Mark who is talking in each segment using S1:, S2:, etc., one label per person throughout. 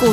S1: 股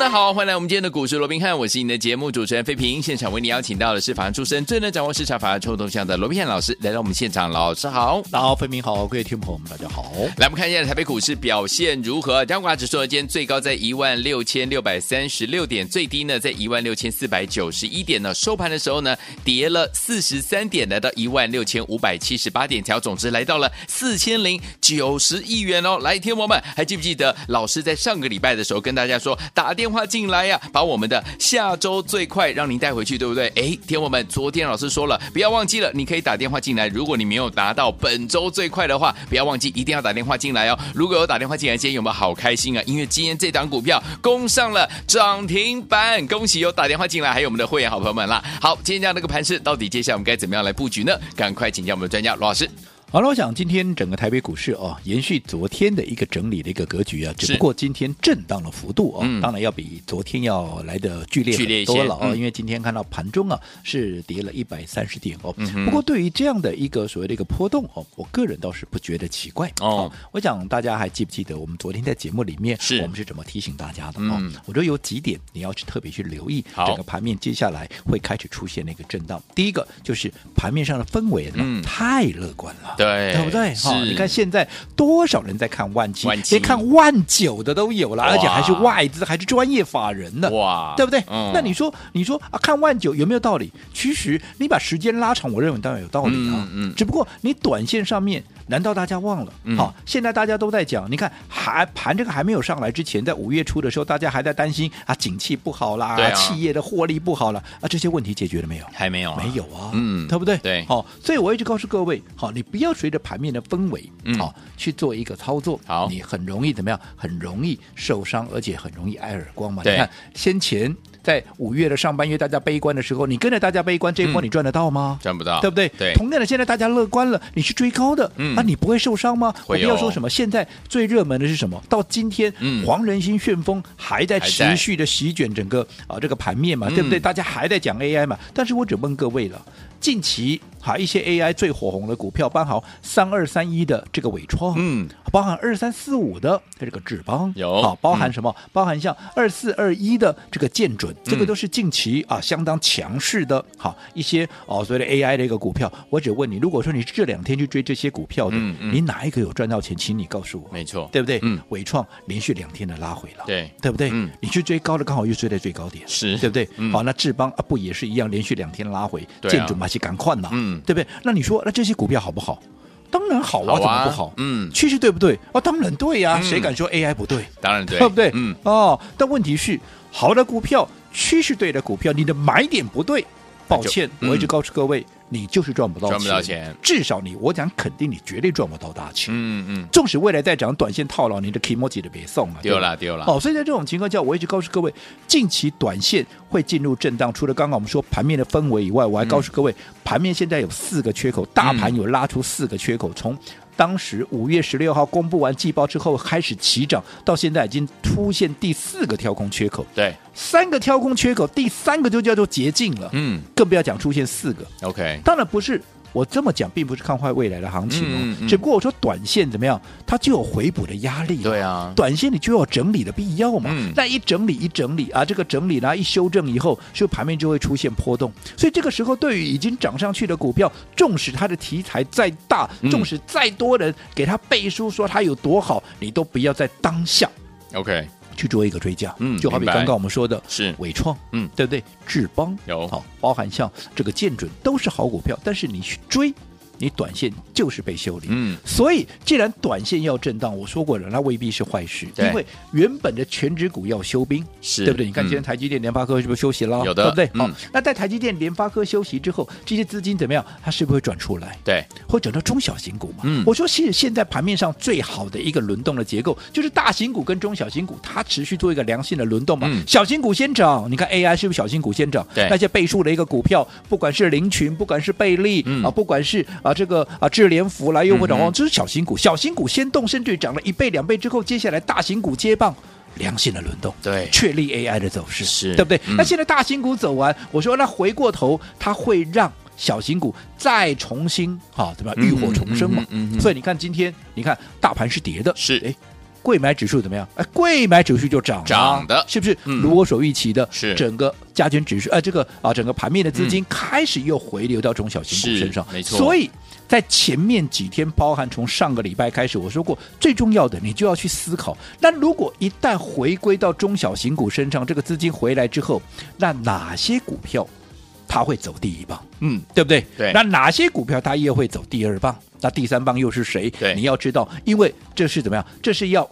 S2: 大家好，欢迎来我们今天的股市罗宾汉，我是你的节目主持人费平。现场为你邀请到的是法案出身、最能掌握市场法案臭动向的罗宾汉老师，来到我们现场，老师好。
S3: 大家好，分明好，各位听众朋友们，大家好。
S2: 来，我们看一下台北股市表现如何？加权指数呢，今天最高在一万六千六百三十六点，最低呢在一万六千四百九十一点呢。收盘的时候呢，跌了四十三点，来到一万六千五百七十八点，条总值来到了四千零九十亿元哦。来，天王们还记不记得老师在上个礼拜的时候跟大家说，打电话进来呀、把我们的下周最快让您带回去，对不对？哎，天王们，昨天老师说了，不要忘记了，你可以打电话进来，如果你没有拿到本周最快的话，不要忘记一定要打电话进来哦。如果有打电话进来，今天有没有好开心啊？因为今天这档股票攻上了涨停板，恭喜有打电话进来，还有我们的会员好朋友们啦。好，今天这样的一个盘势，到底接下来我们该怎么样来布局呢？赶快请教我们的专家罗老师。
S3: 好了，我想今天整个台北股市哦，延续昨天的一个整理的一个格局啊，只
S2: 是
S3: 不过今天震荡的幅度哦，
S2: 嗯
S3: 当然要比昨天要来的剧烈
S2: 剧烈一
S3: 很
S2: 些
S3: 多了哦，
S2: 嗯
S3: 因为今天看到盘中啊是跌了一百三十点哦。
S2: 嗯哼
S3: 不过对于这样的一个所谓的一个波动哦，我个人倒是不觉得奇怪
S2: 哦
S3: 我想大家还记不记得我们昨天在节目里面
S2: 是
S3: 我们是怎么提醒大家的哦？
S2: 嗯
S3: 我觉得有几点你要去特别去留意，
S2: 好
S3: 整个盘面接下来会开始出现那个震荡。第一个就是盘面上的氛围呢、
S2: 嗯
S3: 太乐观了。
S2: 对
S3: 哎对不对？
S2: 哎是
S3: 哈、你看现在多少人在看万七，
S2: 万七
S3: 连看万九的都有了，
S2: 哇
S3: 而且还是外资，还是专业法人呢。
S2: 哇
S3: 啊对不对？
S2: 嗯
S3: 那你说，你说啊，看万九有没有道理？其实你把时间拉长，我认为当然有道理
S2: 嗯
S3: 啊。
S2: 嗯嗯
S3: 只不过你短线上面，难道大家忘了？
S2: 嗯
S3: 好、现在大家都在讲，你看还盘这个还没有上来之前，在五月初的时候，大家还在担心啊，景气不好啦，
S2: 对啊
S3: 企业的获利不好啦，啊，这些问题解决了没有？
S2: 嗯还没有、
S3: 没有啊，
S2: 嗯
S3: 对不对？
S2: 对
S3: 好、所以我一直告诉各位，好、你不要随着盘面的氛围，好、
S2: 嗯
S3: 去做一个操作，
S2: 好
S3: 你很容易怎么样？很容易受伤，而且很容易挨耳光嘛。
S2: 对
S3: 你看先前在五月的上半月大家悲观的时候，你跟着大家悲观，这一波
S2: 嗯
S3: 你赚得到吗？
S2: 赚不到，
S3: 对不对？
S2: 对，
S3: 同样的，现在大家乐观了，你去追高的，
S2: 嗯
S3: 啊，你不会受伤吗？我
S2: 会
S3: 不
S2: 有
S3: 要说什么，现在最热门的是什么？到今天，
S2: 嗯
S3: 黄仁勋旋风还在
S2: 还在
S3: 持续的席卷整个啊这个盘面嘛，
S2: 嗯
S3: 对不对？大家还在讲 AI 嘛，但是我只问各位了，近期哈、一些 AI 最火红的股票，包含三二三一的这个伟创，
S2: 嗯，
S3: 包含二三四五的这个智邦，
S2: 有
S3: 好、包含
S2: 嗯
S3: 什么？包含像二四二一的这个建准，这个都是近期啊相当强势的，好一些哦所谓的 AI 的一个股票。我只问你，如果说你这两天去追这些股票的，
S2: 嗯嗯
S3: 你哪一个有赚到钱？请你告诉我，
S2: 没错，
S3: 对不对？
S2: 嗯，
S3: 伟创连续两天的拉回了，
S2: 对
S3: 对不对？
S2: 嗯
S3: 你去追高的，刚好又追在最高点，
S2: 是
S3: 对不对？
S2: 嗯
S3: 好，那智邦啊不也是一样，连续两天拉回，
S2: 对啊
S3: 建准嘛是赶快呐，
S2: 嗯
S3: 对不对？那你说那这些股票好不好？当然好啊，
S2: 好
S3: 怎
S2: 啊
S3: 么不好？
S2: 嗯
S3: 趋势对不对？哦，当然对呀、
S2: 嗯
S3: 谁敢说 AI 不对？
S2: 当然对，
S3: 不 对？
S2: 嗯，
S3: 哦，但问题是，好的股票，趋势对的股票，你的买点不对，抱歉，
S2: 嗯
S3: 我一直告诉各位，你就是赚不到
S2: 赚不到钱
S3: 至少你，我讲肯定你绝对赚不到大钱。
S2: 嗯嗯，
S3: 纵使未来再涨，短线套牢，你的 emoji 都别送了，
S2: 丢
S3: 对吧
S2: 了丢了，
S3: 哦，所以在这种情况下，我一直告诉各位，近期短线会进入震荡。除了刚刚我们说盘面的氛围以外，
S2: 嗯
S3: 我还告诉各位，盘面现在有四个缺口，大盘有拉出四个缺口，从。当时五月十六号公布完季报之后开始起涨，到现在已经出现第四个跳空缺口，
S2: 对，
S3: 三个跳空缺口，第三个就叫做捷径了，
S2: 嗯
S3: 更不要讲出现四个。
S2: ，OK，
S3: 当然不是，我这么讲并不是看坏未来的行情哦，
S2: 嗯嗯嗯
S3: 只不过我说短线怎么样，它就有回补的压力了。
S2: 对啊，
S3: 短线你就有整理的必要嘛。
S2: 嗯
S3: 那一整理一整理啊，这个整理呢一修正以后，就盘面就会出现波动。所以这个时候，对于已经涨上去的股票，纵使它的题材再大
S2: 嗯，
S3: 纵使再多人给它背书说它有多好，你都不要在当下
S2: OK，
S3: 去做一个追加。
S2: 嗯
S3: 就好比
S2: 明白
S3: 刚刚我们说的
S2: 是
S3: 伟创，
S2: 嗯
S3: 对不对？智邦
S2: 有
S3: 好，包含像这个建准都是好股票，但是你去追，你短线就是被修理。
S2: 嗯，
S3: 所以，既然短线要震荡，我说过了，那未必是坏事，
S2: 对
S3: 因为原本的全指股要休兵，
S2: 是，
S3: 对不对？你看
S2: 嗯
S3: 今天台积电、联发科是不是休息了？
S2: 有的
S3: 对不对？
S2: 嗯
S3: 好，那在台积电、联发科休息之后，这些资金怎么样？它是不是会转出来？
S2: 对，
S3: 会转到中小型股嘛？
S2: 嗯
S3: 我说其实现在盘面上最好的一个轮动的结构，就是大型股跟中小型股它持续做一个良性的轮动嘛。
S2: 嗯
S3: 小型股先涨，你看 AI 是不是小型股先涨？
S2: 对
S3: 那些倍数的一个股票，不管是林群，不管是贝利、
S2: 嗯
S3: 啊，不管是啊、啊这个啊智联福啦，又或者哦
S2: 嗯哼
S3: 这是小型股，小型股先动，甚至于涨了一倍两倍之后，接下来大型股接棒。良性的轮动，
S2: 对
S3: 确立 AI 的走势，
S2: 是
S3: 对不对？
S2: 嗯
S3: 那现在大型股走完，我说那回过头，它会让小型股再重新啊，对吧？
S2: 嗯
S3: 浴火重生嘛。
S2: 嗯嗯嗯嗯
S3: 所以你看今天，你看大盘是跌的，
S2: 是
S3: 哎，贵买指数怎么样？哎，贵买指数就涨了
S2: 涨的
S3: 是不是？
S2: 嗯
S3: 如我所预期的，
S2: 是嗯
S3: 整个加权指数，呃，这个啊，整个盘面的资金开始又回流到中小型股
S2: 是
S3: 身上，
S2: 没错
S3: 所以。在前面几天，包含从上个礼拜开始，我说过，最重要的你就要去思考。那如果一旦回归到中小型股身上，这个资金回来之后，那哪些股票它会走第一棒？
S2: 嗯，
S3: 对不对？
S2: 对
S3: 那哪些股票它又会走第二棒？那第三棒又是谁？
S2: 对
S3: 你要知道，因为这是怎么样？这是要。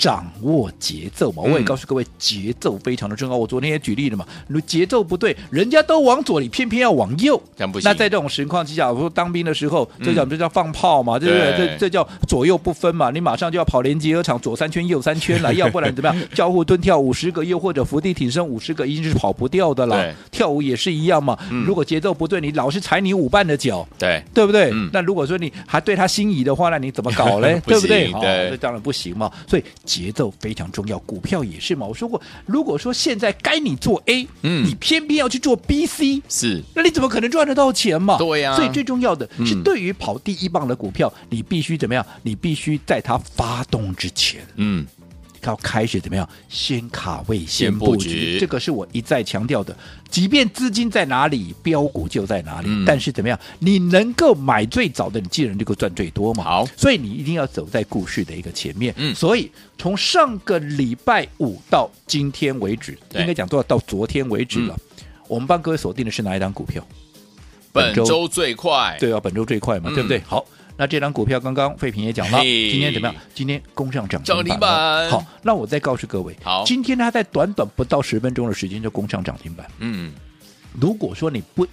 S3: 掌握节奏嘛，
S2: 嗯
S3: 我也告诉各位，节奏非常的重要。我昨天也举例了嘛，你节奏不对，人家都往左，你偏偏要往右，
S2: 这样不行
S3: 那在这种情况之下，我说当兵的时候，这叫
S2: 嗯
S3: 这叫放炮嘛，对不对？
S2: 对
S3: 这这叫左右不分嘛，你马上就要跑连集合场，左三圈右三圈了，要不然怎么样？交互蹲跳五十个，又或者伏地挺身五十个，一定是跑不掉的啦
S2: 对。
S3: 跳舞也是一样嘛，
S2: 嗯
S3: 如果节奏不对，你老是踩你舞伴的脚。
S2: 对，
S3: 对不对？
S2: 嗯
S3: 那如果说你还对他心仪的话，那你怎么搞嘞？
S2: 不行
S3: 对不对？
S2: 对
S3: 哦那当然不行嘛。所以节奏非常重要，股票也是嘛。我说过，如果说现在该你做 A，
S2: 嗯
S3: 你偏偏要去做 B、C，
S2: 是
S3: 那你怎么可能赚得到钱嘛？
S2: 对呀
S3: 所以最重要的是
S2: 嗯，
S3: 对于跑第一棒的股票，你必须怎么样？你必须在它发动之前，
S2: 嗯，
S3: 要开始怎么样？先卡位，
S2: 先
S3: 先
S2: 布
S3: 布
S2: 局
S3: 局。这个是我一再强调的。即便资金在哪里，标股就在哪里。
S2: 嗯
S3: 但是怎么样？你能够买最早的，你既然能够赚最多嘛。
S2: 好
S3: 所以你一定要走在故事的一个前面。
S2: 嗯
S3: 所以从上个礼拜五到今天为止，
S2: 对嗯
S3: 应该讲到到昨天为止了。我们帮各位锁定的是哪一档股票？
S2: 本
S3: 本周
S2: 周最快，
S3: 对啊，本周最快嘛，
S2: 嗯
S3: 对不对？好，那这张股票刚刚费平也讲了，
S2: 嘿
S3: 今天怎么样？今天攻上涨
S2: 涨
S3: 停
S2: 停
S3: 板
S2: 板
S3: 了。好，那我再告诉各位，
S2: 好
S3: 今天它在短短不到十分钟的时间就攻上涨停板。
S2: 嗯，
S3: 如果说你不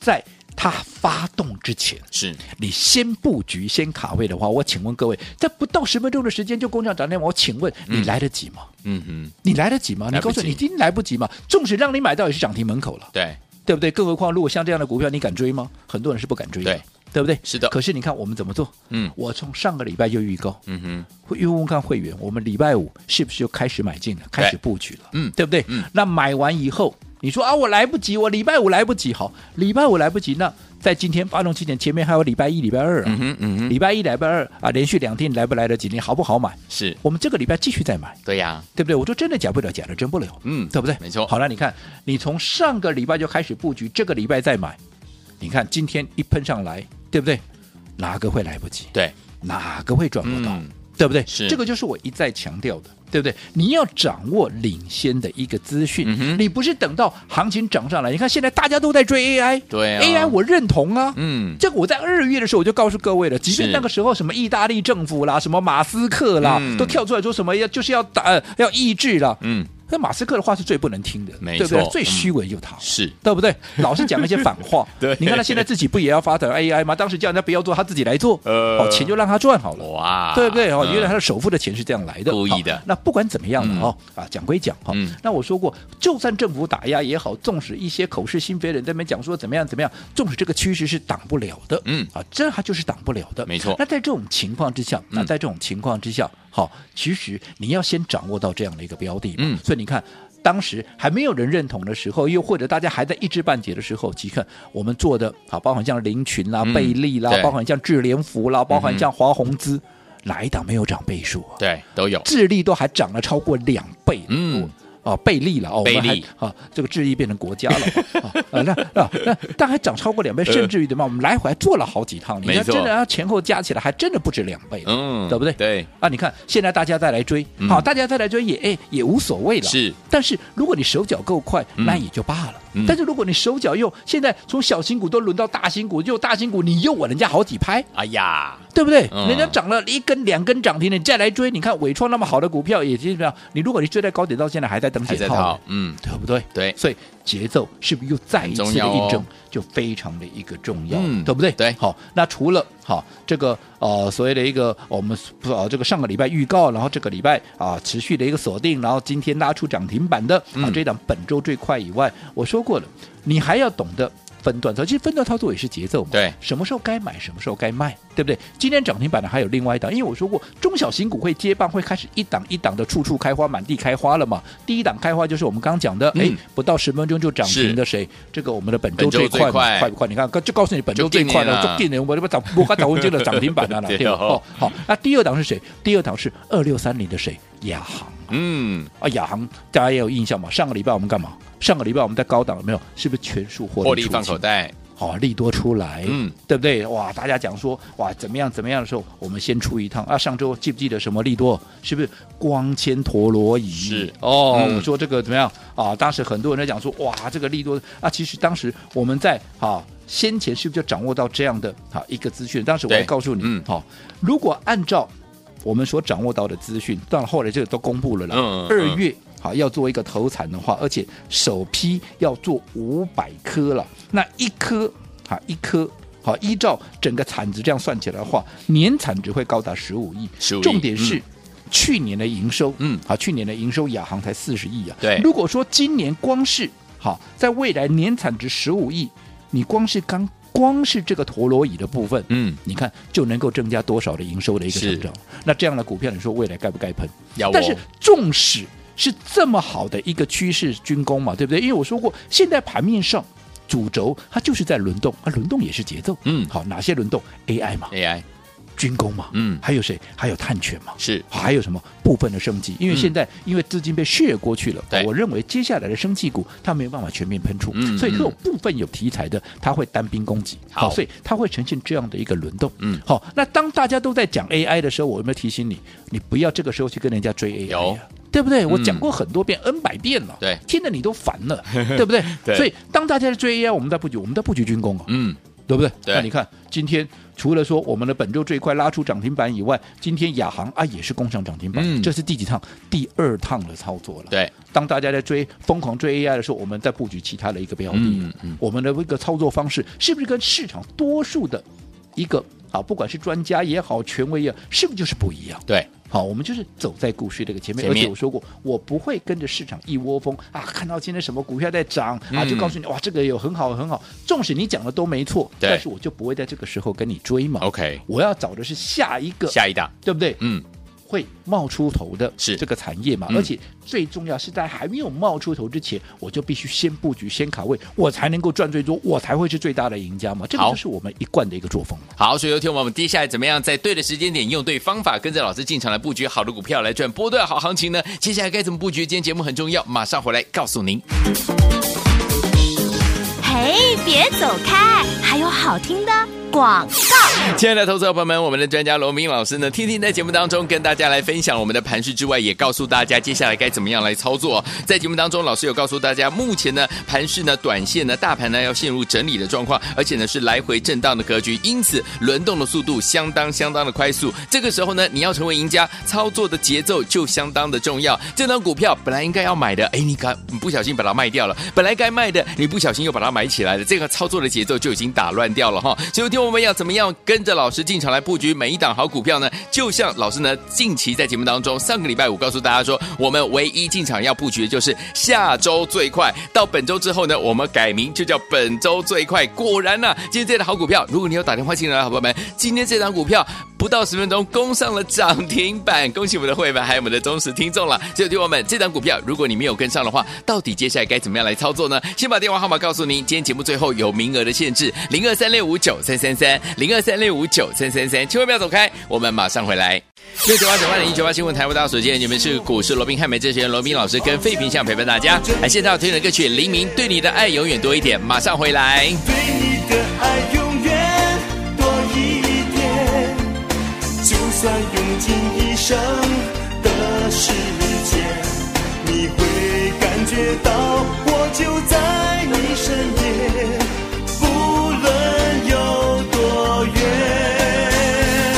S3: 在它发动之前，
S2: 是
S3: 你先布局、先卡位的话，我请问各位，在不到十分钟的时间就攻上涨停板，我请问你
S2: 嗯
S3: 来得及吗？
S2: 嗯哼，
S3: 你来得及吗？你
S2: 来不
S3: 告诉我
S2: 及
S3: 你已经来不及嘛？纵使让你买到也是涨停门口了。
S2: 对，
S3: 对不对？更何况，如果像这样的股票，你敢追吗？很多人是不敢追的，
S2: 对
S3: 不对？
S2: 是的
S3: 可是你看我们怎么做？
S2: 嗯
S3: 我从上个礼拜就预告，
S2: 嗯哼，
S3: 会问问看会员，我们礼拜五是不是就开始买进了，开始布局了？
S2: 嗯
S3: 对不对？
S2: 嗯
S3: 那买完以后，你说啊，我来不及，我礼拜五来不及，好，礼拜五来不及，那在今天发动之前，前面还有礼拜一、礼拜二啊，
S2: 嗯哼，嗯哼，
S3: 礼拜一、礼拜二啊，连续两天来不来得及？你好不好买？
S2: 是
S3: 我们这个礼拜继续再买。
S2: 对呀，
S3: 对不对？我说真的假不了，假的真不了，
S2: 嗯
S3: 对不对？
S2: 没错
S3: 好了，你看，你从上个礼拜就开始布局，这个礼拜再买，你看今天一喷上来，对不对？哪个会来不及？
S2: 对，
S3: 哪个会赚不到？
S2: 嗯
S3: 对不对？
S2: 是
S3: 这个就是我一再强调的，对不对？你要掌握领先的一个资讯，
S2: 嗯哼
S3: 你不是等到行情涨上来，你看现在大家都在追 AI，
S2: 对啊
S3: AI 我认同啊，
S2: 嗯，
S3: 这个我在二月的时候我就告诉各位了，即便
S2: 是
S3: 那个时候什么意大利政府啦，什么马斯克啦，
S2: 嗯
S3: 都跳出来说什么要就是要打、呃要抑制啦。
S2: 嗯，
S3: 那马斯克的话是最不能听的，
S2: 没
S3: 对不对
S2: 错？嗯
S3: 最虚伪就是他。
S2: 是。
S3: 对不对？老是讲那些反话
S2: 对
S3: 你看他现在自己不也要发展 AI 吗？当时叫人家不要做，他自己来做，
S2: 呃
S3: 哦，钱就让他赚好了。
S2: 哇，
S3: 对不对？哦，
S2: 嗯
S3: 原来他的首付的钱是这样来的，
S2: 故意的
S3: 好那不管怎么样
S2: 嗯
S3: 了哦，啊，讲归讲哈
S2: 嗯，
S3: 那我说过，就算政府打压也好，纵使一些口是心非的人在那边讲说怎么样怎么样，纵使这个趋势是挡不了的，
S2: 嗯
S3: 啊，这他就是挡不了的，
S2: 没错嗯
S3: 那在这种情况之下，那在这种情况之下，好，其实你要先掌握到这样的一个标的嘛，
S2: 嗯
S3: 所以你看。当时还没有人认同的时候，又或者大家还在一知半解的时候，即看我们做的啊，包含像林群啦、
S2: 嗯
S3: 贝利啦
S2: 对，
S3: 包含像智联福啦，包
S2: 嗯
S3: 含
S2: 哼
S3: 像华宏资，哪一档没有涨倍数啊？
S2: 嗯对都有，
S3: 智利都还涨了超过两倍，
S2: 嗯
S3: 嗯。哦，贝利了哦，我
S2: 贝
S3: 们
S2: 利
S3: 还啊，这个智利变成国家了啊，啊那啊那，但还涨超过两倍，甚至于怎么样？我们来回还做了好几趟，你
S2: 呃没
S3: 看
S2: 错
S3: 真的要前后加起来，还真的不止两倍，
S2: 嗯，
S3: 对不对？
S2: 对，
S3: 啊，你看现在大家再来追
S2: 嗯，
S3: 好，大家再来追也哎也无所谓了，
S2: 是
S3: 但是如果你手脚够快，
S2: 嗯
S3: 那也就罢了
S2: 嗯。
S3: 但是如果你手脚又现在从小型股都轮到大型股，又大型股你又我人家好几拍，
S2: 哎呀，
S3: 对不对？
S2: 嗯
S3: 人家涨了一根两根涨停，你再来追，你看伟创那么好的股票，也基本上你如果你追在高点到现在还在等
S2: 还
S3: 解
S2: 在
S3: 套
S2: 套，，嗯，
S3: 对不对？
S2: 对
S3: 所以节奏是不是又再一次
S2: 很
S3: 的
S2: 重要哦
S3: 印证，就非常的一个重要，
S2: 嗯
S3: 对不对？
S2: 对
S3: 好，那除了好这个呃所谓的一个我们呃这个上个礼拜预告，然后这个礼拜啊、持续的一个锁定，然后今天拉出涨停板的啊、
S2: 嗯
S3: 这档本周最快以外，我说过了，你还要懂得分段操作，其实分段操作也是节奏嘛。
S2: 对
S3: 什么时候该买，什么时候该卖，对不对？今天涨停板的还有另外一档，因为我说过，中小型股会接棒，会开始一档一档的处处开花，满地开花了嘛。第一档开花就是我们刚刚讲的，哎、
S2: 嗯
S3: 不到十分钟就涨停的谁？这个我们的本周
S2: 本周
S3: 最快
S2: 最
S3: 嘛
S2: 快
S3: 快不快？你看，就告诉你本周
S2: 就给
S3: 最
S2: 你
S3: 快了，
S2: 了
S3: 就定人我这不涨，我刚涨完就了涨停板 了啦，
S2: 对哦
S3: 对吧？哦，好，那第二档是谁？第二档是二六三零的谁？亚航。
S2: 嗯，
S3: 啊，亚航大家也有印象嘛？上个礼拜我们干嘛？上个礼拜我们在高档有没有？是不是全数获
S2: 获
S3: 利
S2: 利
S3: 出
S2: 放
S3: 清
S2: 口袋，
S3: 好、利多出来，
S2: 嗯，
S3: 对不对？哇，大家讲说哇怎么样怎么样的时候，我们先出一趟啊。上周记不记得什么利多？是不是光纤陀螺仪？
S2: 是
S3: 哦，
S2: 嗯
S3: 我们说这个怎么样啊？当时很多人在讲说哇这个利多啊，其实当时我们在啊。先前是不是就掌握到这样的啊一个资讯？当时我还
S2: 对
S3: 告诉你，
S2: 嗯
S3: 好、如果按照我们所掌握到的资讯，当然后来这个都公布了啦。
S2: 嗯嗯
S3: 二
S2: 嗯
S3: 月好要做一个投产的话，而且首批要做五百颗了，那一颗啊一颗。好，依照整个产值这样算起来的话，年产值会高达十五亿。
S2: 15亿
S3: 重点是、
S2: 嗯
S3: 去年的营收，
S2: 嗯
S3: 好，去年的营收亚航才四十亿啊。
S2: 对
S3: 如果说今年光是好，在未来年产值十五亿，你光是刚光是这个陀螺仪的部分，
S2: 嗯，
S3: 你看就能够增加多少的营收的一个
S2: 是哦
S3: 成长？那这样的股票，你说未来该不该喷？
S2: 要我
S3: 但是纵使是这么好的一个趋势军工嘛，对不对？因为我说过，现在盘面上主轴它就是在轮动，啊，轮动也是节奏。
S2: 嗯
S3: 好，哪些轮动？AI 嘛，
S2: AI
S3: 军工嘛，
S2: 嗯
S3: 还有谁？还有碳权嘛。
S2: 是
S3: 还有什么部分的升级？因为
S2: 嗯
S3: 现在、因为资金被削过去了
S2: 对，
S3: 我认为接下来的升级股它没有办法全面喷出，
S2: 嗯
S3: 所以
S2: 嗯
S3: 会有部分有题材的，它会单兵攻击，
S2: 好
S3: 所以它会呈现这样的一个轮动。
S2: 嗯
S3: 好、那当大家都在讲 AI 的时候，我有没有提醒你，你不要这个时候去跟人家追 AI？、
S2: 有
S3: 对不对？我
S2: 嗯
S3: 讲过很多遍、n 百遍了，
S2: 对
S3: 听得你都烦 了，对不对？
S2: 对
S3: 所以当大家在追 AI，我们在布局，我们在布局军工哦，
S2: 嗯，
S3: 对不对？
S2: 对
S3: 那你看，今天除了说我们的本周最快拉出涨停板以外，今天亚航啊也是攻上涨停板，
S2: 嗯
S3: 这是第几趟？第二趟的操作了。
S2: 对，
S3: 当大家在追疯狂追 AI 的时候，我们在布局其他的一个标的，
S2: 嗯嗯
S3: 我们的一个操作方式是不是跟市场多数的一个啊，不管是专家也好，权威也好，是不是就是不一样？
S2: 对，
S3: 好，我们就是走在股市这个前面，
S2: 前面
S3: 而且我说过，我不会跟着市场一窝蜂啊，看到今天什么股票在涨啊，
S2: 嗯
S3: 就告诉你哇，这个有很好很好。纵使你讲的都没错，
S2: 对
S3: 但是我就不会在这个时候跟你追嘛。
S2: OK
S3: 我要找的是下一个，
S2: 下一档，
S3: 对不对？
S2: 嗯，
S3: 会冒出头的
S2: 是
S3: 这个产业嘛，
S2: 嗯
S3: 而且最重要是在还没有冒出头之前，我就必须先布局、先卡位，我才能够赚最多，我才会是最大的赢家嘛。这个
S2: 好
S3: 就是我们一贯的一个作风嘛。
S2: 好，所以有听我们接下来怎么样在对的时间点用对方法，跟着老师进场来布局好的股票，来赚波段好行情呢？接下来该怎么布局？今天节目很重要，马上回来告诉您。
S1: 嘿，别走开，还有好听的广告。
S2: 亲爱的投资者朋友们，我们的专家罗明老师呢，天天在节目当中跟大家来分享我们的盘势之外，也告诉大家接下来该怎么样来操作。在节目当中，老师有告诉大家，目前呢盘势呢短线呢大盘呢要陷入整理的状况，而且呢是来回震荡的格局，因此轮动的速度相当相当的快速。这个时候呢，你要成为赢家，操作的节奏就相当的重要。这张股票本来应该要买的，哎，你刚你不小心把它卖掉了；本来该卖的，你不小心又把它买起来了，这个操作的节奏就已经打乱掉了哈。所以今天我们要怎么样跟着老师进场来布局每一档好股票呢？就像老师呢近期在节目当中，上个礼拜五告诉大家说，我们唯一进场要布局的就是下周最快。到本周之后呢，我们改名就叫本周最快。果然呢、今天这档好股票，如果你有打电话进来的好朋友们，今天这档股票不到十分钟攻上了涨停板，恭喜我们的会员还有我们的忠实听众了。所以，听友们，这档股票如果你没有跟上的话，到底接下来该怎么样来操作呢？先把电话号码告诉您，今天节目最后有名额的限制，零二三六五九三三三，零二三六五九三三三，千万不要走开，我们马上回来。六九八九八零一九八新闻台，为大家所见，你们是股市罗宾汉美哲学员罗宾老师跟费平相陪伴大家。来，现在要听的歌曲《黎明对你的爱永远多一点》，马上回来。
S4: 对你的爱永远多一点，就算用尽一生的时间，你会感觉到我就在你身边，不论有多远，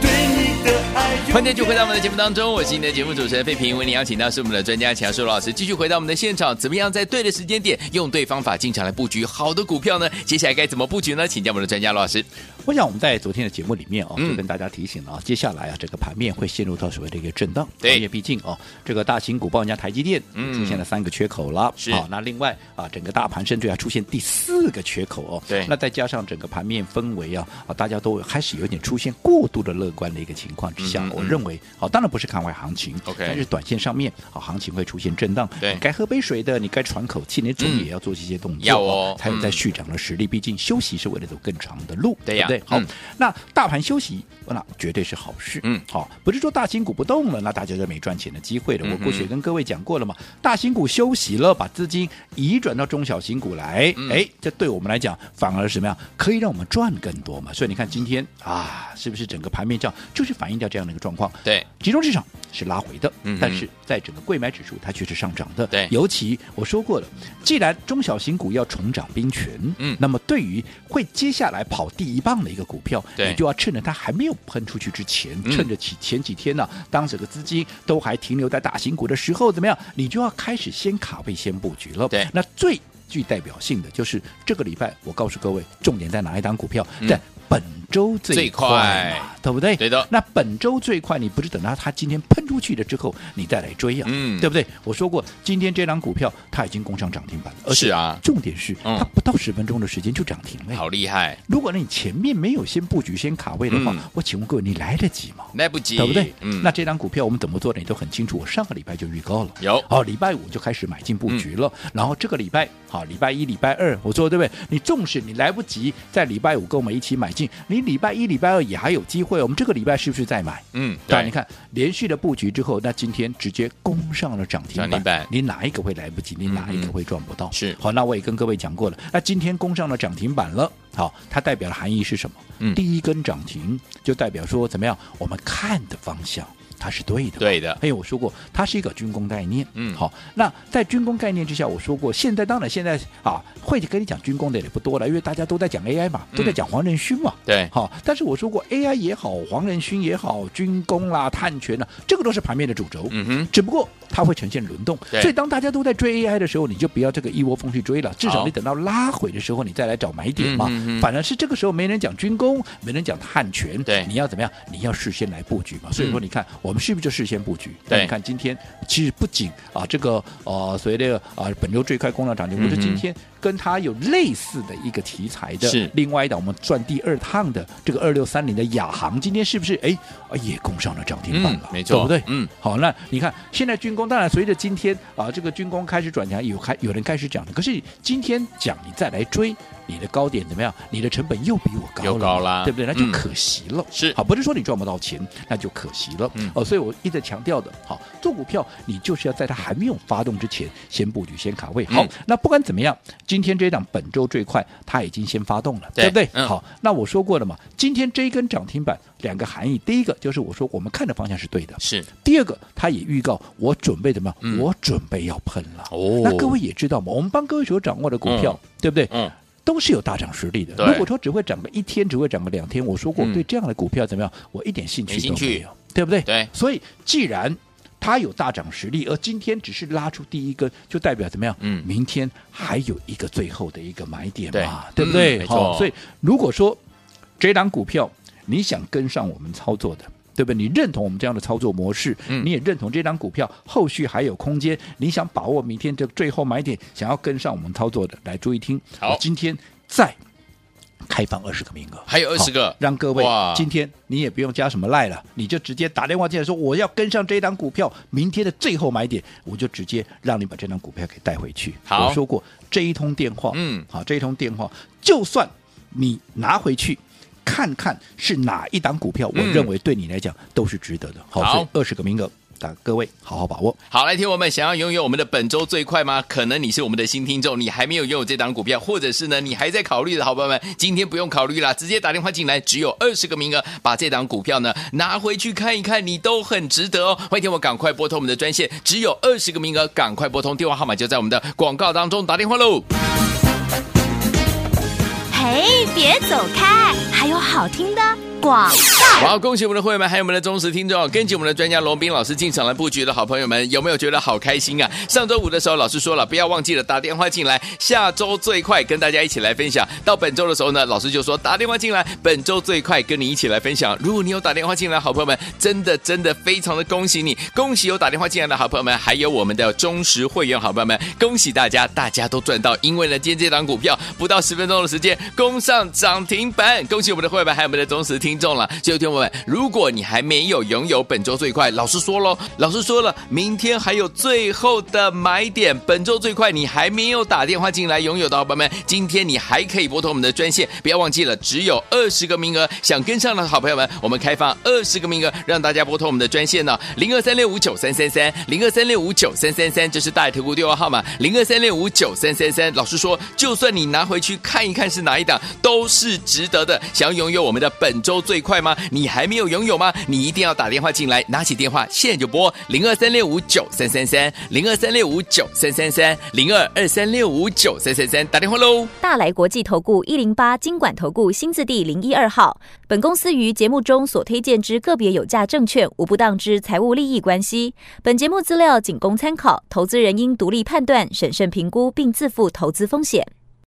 S4: 对你的爱永远。
S2: 欢迎天就回到我们的节目当中，我是你的节目主持人费平，为您邀请到是我们的专家强硕老师，继续回到我们的现场，怎么样在对的时间点用对方法进场来布局好的股票呢？接下来该怎么布局呢？请教我们的专家罗老师。
S3: 我想我们在昨天的节目里面哦，
S2: 嗯
S3: 就跟大家提醒了啊，接下来啊，这个盘面会陷入到所谓的一个震荡，
S2: 对
S3: 因为毕竟哦，这个大型股，包括人家台积电，
S2: 嗯
S3: 出现了三个缺口了，
S2: 是
S3: 好，那另外啊，整个大盘甚至还出现第四个缺口哦，
S2: 对
S3: 那再加上整个盘面氛围啊，啊，大家都开始有点出现过度的乐观的一个情况之下，
S2: 嗯嗯
S3: 我
S2: 嗯
S3: 认为，好，当然不是看坏行情
S2: OK
S3: 但是短线上面啊，行情会出现震荡，
S2: 对
S3: 你该喝杯水的，你该喘口气，你总
S2: 嗯
S3: 也要做一些动作，
S2: 要哦
S3: 才有在
S2: 嗯
S3: 续涨的实力，毕竟休息是为了走更长的路，
S2: 对呀
S3: 不对？好
S2: 嗯，
S3: 那大盘休息，那绝对是好事。
S2: 嗯
S3: 好，不是说大型股不动了，那大家就没赚钱的机会了。我
S2: 嗯哼
S3: 过去也跟各位讲过了嘛，大型股休息了，把资金移转到中小型股来，
S2: 嗯
S3: 哎、这对我们来讲反而是什么样？可以让我们赚更多嘛。所以你看今天啊，是不是整个盘面上就是反映掉这样的一个状况？
S2: 对，
S3: 集中市场是拉回的，
S2: 嗯哼
S3: 但是在整个贵买指数它却是上涨的。
S2: 对
S3: 尤其我说过了，既然中小型股要重掌兵权，
S2: 嗯
S3: 那么对于会接下来跑第一棒的一个股票，
S2: 对
S3: 你就要趁着它还没有喷出去之前，
S2: 嗯
S3: 趁着前前几天呢、当整个资金都还停留在大型股的时候，怎么样，你就要开始先卡位、先布局了。
S2: 对
S3: 那最具代表性的就是这个礼拜，我告诉各位，重点在哪一档股票，
S2: 嗯
S3: 在本周最
S2: 最
S3: 快
S2: 快
S3: 嘛，对不对？
S2: 对的
S3: 那本周最快，你不是等到它今天喷出去了之后，你再来追呀、啊
S2: 嗯
S3: 对不对？我说过，今天这档股票它已经攻上涨停板了，而
S2: 是
S3: 且
S2: 啊，
S3: 重点是、
S2: 嗯
S3: 它不到十分钟的时间就涨停了。
S2: 好厉害，
S3: 如果你前面没有先布局、先卡位的话，
S2: 嗯
S3: 我请问各位，你来得及吗？
S2: 来不及，
S3: 对不对？
S2: 嗯，
S3: 那这张股票我们怎么做的，你都很清楚。我上个礼拜就预告了，
S2: 有嗯
S3: 哦，礼拜五就开始买进布局了，然后这个礼拜，好，礼拜一、礼拜二我做得对不对？你纵使你来不及在礼拜五跟我们一起买进，你礼拜一、礼拜二也还有机会。我们这个礼拜是不是再买？
S2: 嗯，
S3: 对，你，看连续的布局之后，那今天直接攻上了涨停
S2: 涨
S3: 板，
S2: 停板
S3: 你哪一个会来不及？你哪一
S2: 嗯
S3: 个
S2: 嗯
S3: 会赚不到？
S2: 是
S3: 好，那我也跟各位讲过了，那今天攻上了涨停板了，好，它代表的含义是什么？
S2: 嗯
S3: 第一根涨停就代表说怎么样？我们看的方向它是对的，。
S2: 对的，
S3: 哎，我说过，它是一个军工概念。
S2: 嗯
S3: 好，那在军工概念之下，我说过，现在当然现在啊，会跟你讲军工的也不多了，因为大家都在讲 AI 嘛，都在
S2: 嗯
S3: 讲黄仁勋嘛，
S2: 对，
S3: 好，但是我说过，AI 也好，黄仁勋也好，军工啦、碳权啦，这个都是盘面的主轴。
S2: 嗯哼，
S3: 只不过它会呈现轮动，
S2: 对
S3: 所以当大家都在追 AI 的时候，你就不要这个一窝蜂去追了，至
S2: 好
S3: 少你等到拉回的时候，你再来找买点嘛。
S2: 嗯哼哼
S3: 反而是这个时候没人讲军工，没人讲碳权，
S2: 对嗯
S3: 你要怎么样？你要事先来布局嘛。所以说，你看、我们是不是就事先布局？
S2: 对
S3: 那你看今天其实不仅啊，这个呃所谓的啊本周最快攻上涨停，我说
S2: 嗯哼
S3: 今天跟它有类似的一个题材的，
S2: 是
S3: 另外一档我们赚第二趟的这个二六三零的亚航，今天是不是哎啊也攻上了涨停板
S2: 嗯
S3: 了？，
S2: 没错，
S3: 对不对？
S2: 嗯，
S3: 好，那你看现在军工，当然随着今天啊这个军工开始转强，有开有人开始讲了。可是今天讲你再来追，你的高点怎么样？你的成本又比我高了
S2: 又
S3: 嘛，
S2: 高啦
S3: 对不对？那就
S2: 嗯
S3: 可惜了。
S2: 是
S3: 好，不是说你赚不到钱，那就可惜了。
S2: 嗯
S3: 哦，所以我一直强调的，好，做股票你就是要在它还没有发动之前，先布局，先卡位。好，
S2: 嗯
S3: 那不管怎么样，今天这一档本周最快，它已经先发动了，
S2: 对
S3: 不对？
S2: 嗯
S3: 好，那我说过了嘛，今天这一根涨停板两个含义，第一个就是我说我们看的方向是对的，
S2: 是
S3: 第二个，他也预告我准备怎么样？
S2: 嗯
S3: 我准备要喷了。
S2: 哦
S3: 那各位也知道嘛，我们帮各位所掌握的股票，对不对？
S2: 嗯，
S3: 都是有大涨实力的。
S2: 对
S3: 如果说只会涨个一天，只会涨个两天，我说过、
S2: 嗯
S3: 对这样的股票怎么样，我一点兴趣
S2: 没兴
S3: 都
S2: 趣
S3: 没有，对不对？
S2: 对
S3: 所以既然它有大涨实力，而今天只是拉出第一根，就代表怎么样？
S2: 嗯
S3: 明天还有一个最后的一个买点嘛，
S2: 对
S3: 对不对？
S2: 嗯没错
S3: 好，所以如果说这档股票你想跟上我们操作的。对不对？你认同我们这样的操作模式，
S2: 嗯
S3: 你也认同这张股票后续还有空间，你想把握明天这最后买点，想要跟上我们操作的，来注意听。
S2: 好
S3: 我今天再开放二十个名额，
S2: 还有二十个
S3: 好，让各位
S2: 哇
S3: 今天你也不用加什么赖了，你就直接打电话进来说我要跟上这一档股票，明天的最后买点，我就直接让你把这档股票给带回去。
S2: 好
S3: 我说过这一通电话，
S2: 嗯
S3: 好，这一通电话，就算你拿回去。看看是哪一档股票，我
S2: 嗯
S3: 认为对你来讲都是值得的。
S2: 好
S3: 好，二十个名额，打各位好好把握。
S2: 好，来，听我们想要拥有我们的本周最快吗？可能你是我们的新听众，你还没有拥有这档股票，或者是呢，你还在考虑的好朋友们，今天不用考虑啦，直接打电话进来，只有二十个名额，把这档股票呢拿回去看一看，你都很值得哦。欢迎听我赶快拨通我们的专线，只有二十个名额，赶快拨通，电话号码就在我们的广告当中，打电话喽。
S1: 嘿，别走开，还有好听的广。
S2: 哇！恭喜我们的会员们，还有我们的忠实听众，啊跟紧我们的专家罗斌老师进场来布局的好朋友们，有没有觉得好开心啊？上周五的时候，老师说了，不要忘记了打电话进来，下周最快跟大家一起来分享。到本周的时候呢，老师就说打电话进来，本周最快跟你一起来分享。如果你有打电话进来，好朋友们，真的真的非常的恭喜你，恭喜有打电话进来的好朋友们，还有我们的忠实会员好朋友们，恭喜大家，大家都赚到，因为呢，今天这档股票不到十分钟的时间攻上涨停板，恭喜我们的会员们，还有我们的忠实听众了。所以，听众朋友们，如果你还没有拥有本周最快，老师说喽，老师说了，明天还有最后的买点，本周最快你还没有打电话进来拥有的好朋友们，今天你还可以拨通我们的专线，不要忘记了，只有二十个名额，想跟上的好朋友们，我们开放二十个名额，让大家拨通我们的专线呢、零二三六五九三三三，零二三六五九三三三，这是大爱投顾电话号码，零二三六五九三三三。老师说，就算你拿回去看一看是哪一档，都是值得的。想要拥有我们的本周最快吗？你还没有拥有吗？你一定要打电话进来，拿起电话现在就拨零二三六五九三三三，零二三六五九三三三，零二二三六五九三三三，打电话喽。
S5: 大来国际投顾一零八金管投顾新字第零一二号。本公司于节目中所推荐之个别有价证券，无不当之财务利益关系。本节目资料仅供参考，投资人应独立判断、审慎评估，并自负投资风险。